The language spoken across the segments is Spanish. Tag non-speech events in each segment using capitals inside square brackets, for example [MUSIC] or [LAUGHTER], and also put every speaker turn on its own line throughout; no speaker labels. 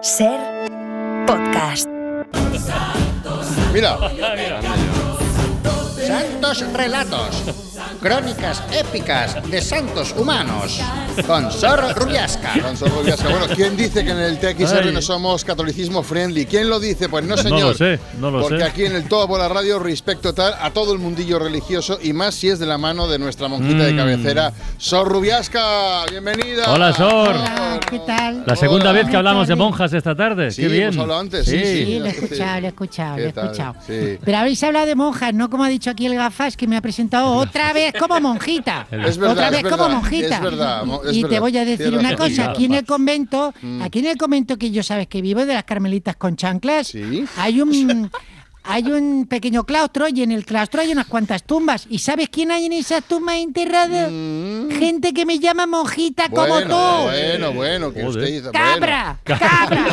Ser podcast.
Mira.
Ah,
Santos relatos. Crónicas épicas de santos humanos. Con Sor Rubiasca.
Con Sor Rubiasca. Bueno, ¿quién dice que en el TXR
Ay.
no somos catolicismo friendly? ¿Quién lo dice? Pues no, señor.
No lo sé, no lo
Porque
sé.
aquí en el Todo por la Radio, respecto tal a todo el mundillo religioso y más si es de la mano de nuestra monjita de
Mm.
cabecera, Sor Rubiasca. Bienvenida.
Hola, Sor.
Hola, ¿qué tal?
La segunda
Hola.
vez que hablamos de monjas esta tarde.
Sí,
Qué bien.
hemos hablado antes, sí,
Sí,
sí.
lo he escuchado, lo he escuchado, lo he
¿Qué tal?
escuchado.
Sí.
Pero habéis hablado de monjas, no como ha dicho aquí el gafas que me ha presentado otra vez
[LAUGHS]
como monjita.
Es verdad,
otra
es
vez
verdad,
como monjita.
es verdad, mo- es
y
verdad.
te voy a decir
Tienes
una
razón.
cosa, aquí en el convento,
Mm.
aquí en el convento que yo sabes que vivo de las carmelitas con chanclas,
Sí. [LAUGHS]
hay un hay un pequeño claustro y en el claustro hay unas cuantas tumbas. ¿Y sabes quién hay en esas tumbas enterradas? Gente que me llama monjita
Mm.
como
Bueno,
tú.
bueno, bueno, que
Joder.
usted dice- bueno.
Cabra, cabra.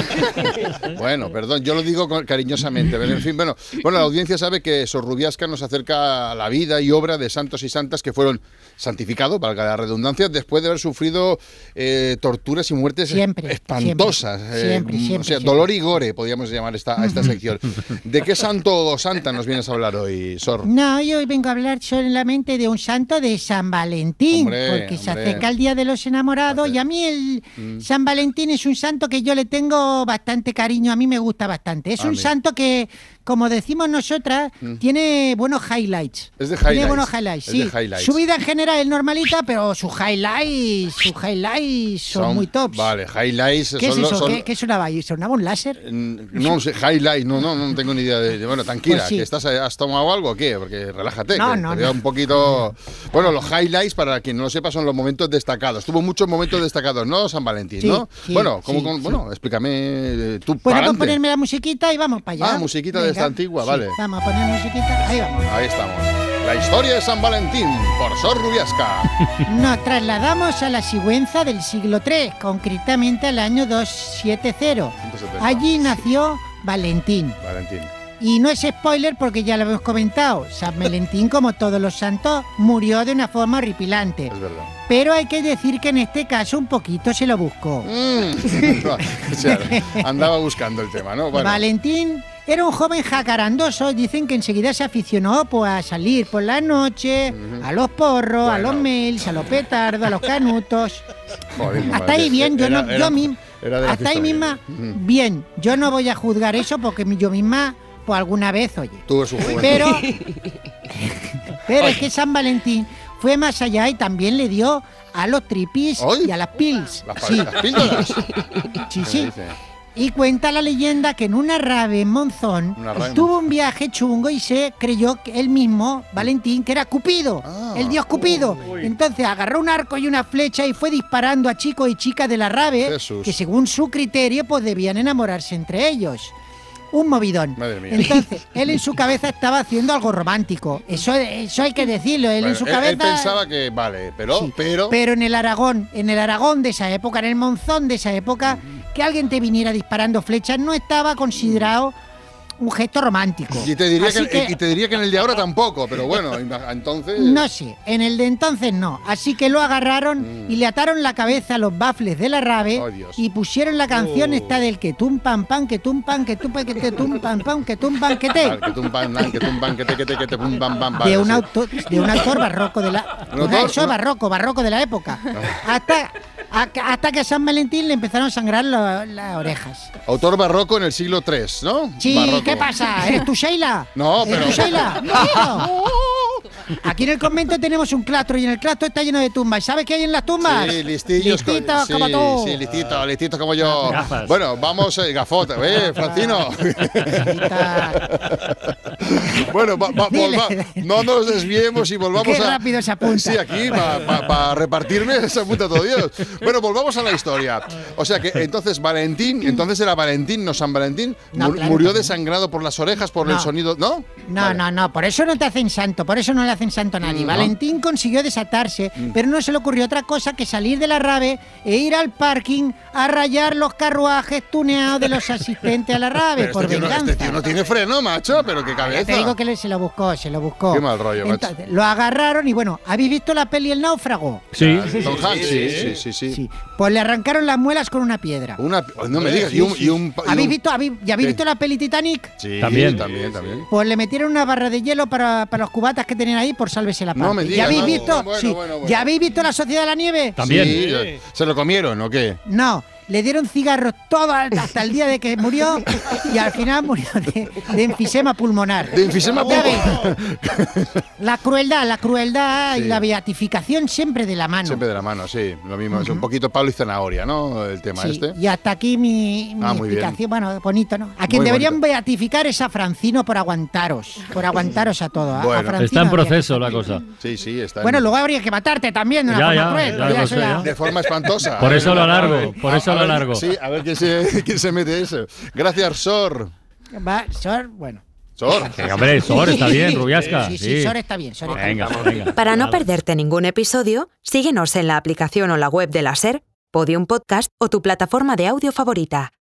Bueno, perdón, yo lo digo con- cariñosamente, pero en fin, bueno, bueno, la audiencia sabe que Sor Rubiasca nos acerca a la vida y obra de santos y santas que fueron santificados, valga la redundancia, después de haber sufrido eh, torturas y muertes
Siempre,
espantosas.
siempre, siempre,
mm, o
siempre,
sea,
siempre.
dolor y gore, podríamos llamar esta,
[LAUGHS]
a esta sección. ¿De qué santo o santa nos vienes a hablar hoy, Sor?
No, yo hoy vengo a hablar solamente de un santo de San Valentín,
Hombre,
porque se
hombre. Mm.
acerca el Día de los Enamorados y a mí el San Valentín es un santo que yo le tengo bastante cariño, a mí me gusta bastante. Es
Ah,
un
mira.
santo que, como decimos nosotras, tiene buenos highlights.
Mm. Es de
Tiene
highlights,
buenos highlights,
es
sí.
de highlights.
Su vida en general es normalita, pero sus highlights, sus highlights son, muy tops.
Vale, highlights
¿Qué es
son los-
eso?
son-
¿Qué, qué sonaba ahí? ¿Sonaba un láser?
Mm, No sé, highlight, no, no, no tengo ni idea de. de- Bueno, tranquila,
Pues sí.
que estás, eh, ¿has tomado algo o qué? Porque relájate.
No,
que
no,
te veo
no.
un poquito. Bueno, los highlights, para quien no lo sepa, son los momentos destacados. Tuvo muchos momentos destacados, ¿no, San Valentín?
Sí,
¿no?
sí,
bueno, como
sí,
con-
sí.
bueno, explícame eh, tú
Bueno,
pa'lante.
pues ponerme la musiquita y vamos para allá.
Ah, musiquita de esta antigua,
sí,
vale.
Vamos a poner musiquita, ahí vamos.
Ahí estamos. La historia de San Valentín, por Sor Rubiasca.
Nos trasladamos a la Sigüenza del siglo III, concretamente al año 270.
170.
Allí nació Valentín.
Valentín.
Y no es spoiler porque ya lo hemos comentado, San Valentín, como todos los santos, murió de una forma horripilante.
Es verdad.
Pero hay que decir que en este caso un poquito se lo buscó.
Mm. [LAUGHS] O sea, andaba buscando el tema, ¿no? Bueno,
Valentín era un joven jacarandoso. Dicen que enseguida se aficionó pues, a salir por la noche, a los porros, a
Bueno.
los mails, a los petardos, a los canutos.
joder,
Hasta
madre,
ahí bien, yo,
era-
no,
era-
yo misma.
era de Mm. la
Hasta ahí
fiesta
misma,
libre. Ujú.
bien. Yo no voy a juzgar eso porque yo misma, pues alguna vez, oye.
Tuve su juventud. [LAUGHS]
Pero, pero es que San Valentín fue más allá y también le dio a los tripis
¡Ay!
y a las pils.
Las,
Sí,
las píldoras.
sí,
¿Qué
sí.
dice?
Y cuenta la leyenda que en una rave en Monzón
Una rave en
tuvo un viaje chungo y se creyó que él mismo, Valentín, que era Cupido,
Ah.
el dios Cupido. Entonces agarró un arco y una flecha y fue disparando a chicos y chicas de la rave
Jesús.
que según su criterio pues debían enamorarse entre ellos. Un movidón.
Madre mía. [LAUGHS]
Entonces, él en su cabeza estaba haciendo algo romántico. Eso, eso hay que decirlo. Él en
Bueno,
su
él-
cabeza.
Él, pensaba que, vale, pero,
Sí,
pero,
en el Aragón, en el Aragón de esa época, en el Monzón de esa época, que alguien te viniera disparando flechas no estaba considerado un gesto romántico.
Y te, diría
Así
que, y te diría que en el de ahora tampoco, pero bueno, ima- entonces.
no sé, en el de entonces no. Así que lo agarraron y le ataron la cabeza a los bafles de la rave
Ay, Mm. Oh, Dios.
y pusieron la canción
Oh.
esta del que tum pam pam, que tum pam, que tum pam, que te tum pam pam, que tum pam,
[LAUGHS]
que te.
Vale, que tumban, nan, que tumban, que te, que te, que te, pum, pam, pam, vale,
de, un
sí.
autor, de un autor barroco de la eh,
¿Un autor? Ah.
eso es barroco barroco de la época hasta a- hasta que a San Valentín le empezaron a sangrar lo- las orejas
Autor barroco en el siglo III, ¿no?
sí
Barroco.
qué pasa eres tú Sheila
No,
¿Eres
pero-
tú,
[LAUGHS]
Sheila? No. Aquí en el convento tenemos un claustro y en el claustro está lleno de tumbas. ¿Sabes qué hay en las tumbas?
Sí, listillos co-
Listitos
sí,
como tú.
Sí, listitos, listitos como yo.
Gafas.
Bueno, vamos, eh, gafota, eh, Francino.
Listitas.
[LAUGHS] Bueno, va- va-
Dile.
volva- no nos desviemos y volvamos
Qué
a.
rápido se apunta.
Sí, aquí, para repartirme [LAUGHS] se apunta todo Dios. Bueno, volvamos a la historia. O sea que entonces Valentín, entonces era Valentín, no San Valentín,
No,
mur-
claro,
murió
también.
desangrado por las orejas, por el
No.
sonido. ¿No?
No,
Vale.
no, no, por eso no te hacen santo, por eso no le hacen santo a nadie.
Mm, ¿no? Mm.
Valentín consiguió desatarse, pero no se le ocurrió otra cosa que salir de la rave e ir al parking a rayar
[LAUGHS]
los carruajes tuneados de los asistentes a la rave,
Pero
por
este, tío no,
venganza.
este tío no tiene freno, macho, pero qué
ya te
cabeza.
digo que le- se lo buscó, se lo buscó.
Qué mal rollo, macho.
Entonces, Lo agarraron y bueno, ¿habéis visto la peli El Náufrago?
Sí.
Tom Hanks, sí, sí, sí, sí.
Sí. Pues le arrancaron las muelas con una piedra.
Una, no me digas, y un... Y un, y
¿Habéis
un-
visto, habéis- ¿Y habéis
¿Qué?
visto la peli Titanic?
Sí,
También.
también, también.
Pues le metieron una barra de hielo para, para los cubatas que tenían ahí por sálvese la
No
parte.
me digas,
¿Ya habéis
no.
visto?
Bueno,
sí.
bueno, bueno.
¿Ya habéis visto la Sociedad de la Nieve?
También.
Sí, ya- ¿Se lo comieron o qué?
No, le dieron cigarros todo al- hasta el día de que murió y al final murió de, de enfisema pulmonar.
De enfisema
Ya
pulmonar.
veis, La crueldad, la crueldad
Sí.
y la beatificación siempre de la mano.
[LAUGHS] Siempre de la mano, sí. Lo mismo, es un poquito Pablo y Zanahoria, ¿no? El tema
Sí,
este.
Y hasta aquí mi, mi
Ah, muy bien.
explicación. Bueno, bonito, ¿no? A quien
Muy
deberían
bonito.
beatificar es a Francino por aguantaros. Por aguantaros a todo. a- a
Bueno.
Francino
Está en
habría que-
proceso la cosa.
Sí, sí, está. en-
Bueno, luego habría que matarte también de una
Ya,
forma
ya,
cruel.
ya
ya
lo
eso
sé,
ya-
ya.
De forma espantosa.
Por eso lo
A ver,
alargo, por
a-
eso
a
lo
ver,
alargo.
Sí, a ver quién se, [LAUGHS] quién se mete eso. Gracias, Sor.
Va, Sor, bueno.
Sor.
Venga,
[LAUGHS]
Eh, hombre, Sor está bien, Rubiasca.
Sí, sí, Sor está bien, Sor está bien.
Venga, venga.
Para no perderte ningún episodio, síguenos en la aplicación o la web de la SER, Podium Podcast o tu plataforma de audio favorita.